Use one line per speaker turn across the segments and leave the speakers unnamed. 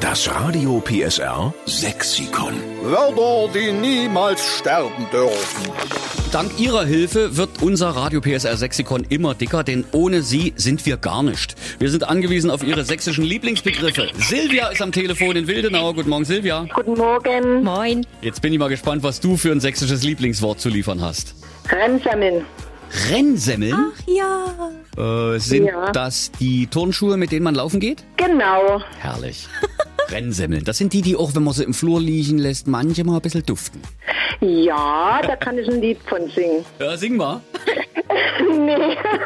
Das Radio PSR Sexikon.
Wörter, die niemals sterben dürfen.
Dank Ihrer Hilfe wird unser Radio PSR Sexikon immer dicker, denn ohne Sie sind wir gar nicht. Wir sind angewiesen auf Ihre sächsischen Lieblingsbegriffe. Silvia ist am Telefon in Wildenau. Guten Morgen, Silvia.
Guten Morgen.
Moin.
Jetzt bin ich mal gespannt, was du für ein sächsisches Lieblingswort zu liefern hast.
Rennsammeln.
Rennsemmeln
Ja.
äh, sind
ja.
das die Turnschuhe, mit denen man laufen geht?
Genau.
Herrlich. Rennsemmeln, das sind die, die auch, wenn man sie im Flur liegen lässt, manchmal ein bisschen duften.
Ja, da kann ich ein Lied von singen.
Ja, sing mal.
Nee,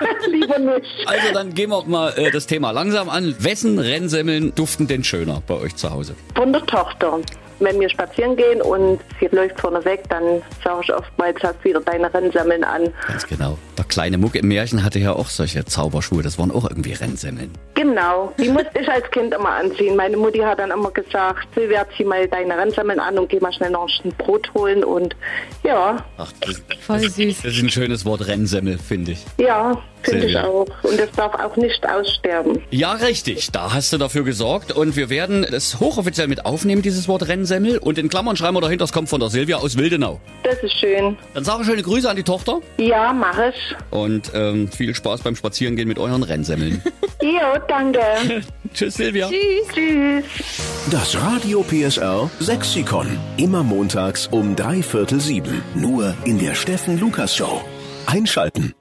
lieber nicht.
Also dann gehen wir mal äh, das Thema langsam an. Wessen Rennsemmeln duften denn schöner bei euch zu Hause?
Von der Tochter. Wenn wir spazieren gehen und sie läuft vorne weg, dann sage ich oftmals, hast wieder deine Rennsammeln an.
Ganz genau. Der kleine Muck im Märchen hatte ja auch solche Zauberschuhe. Das waren auch irgendwie Rennsemmeln.
Genau, die musste ich als Kind immer anziehen. Meine Mutti hat dann immer gesagt, Silvia, zieh mal deine Rennsammeln an und geh mal schnell noch ein Brot holen. Und ja,
Ach, das,
Voll süß.
das ist ein schönes Wort, Rennsemmel, finde ich.
ja, finde ich
Silvia.
auch. Und das darf auch nicht aussterben.
Ja, richtig. Da hast du dafür gesorgt. Und wir werden es hochoffiziell mit aufnehmen, dieses Wort Rennsemmel. Und in Klammern schreiben wir dahinter, es kommt von der Silvia aus Wildenau.
Das ist schön.
Dann sage schöne Grüße an die Tochter.
Ja, mach ich.
Und ähm, viel Spaß beim Spazierengehen mit euren Rennsemmeln.
Jo, danke.
Tschüss, Silvia.
Tschüss.
Tschüss.
Das Radio PSR Sexikon. Immer montags um drei Viertel sieben. Nur in der Steffen Lukas Show. Einschalten.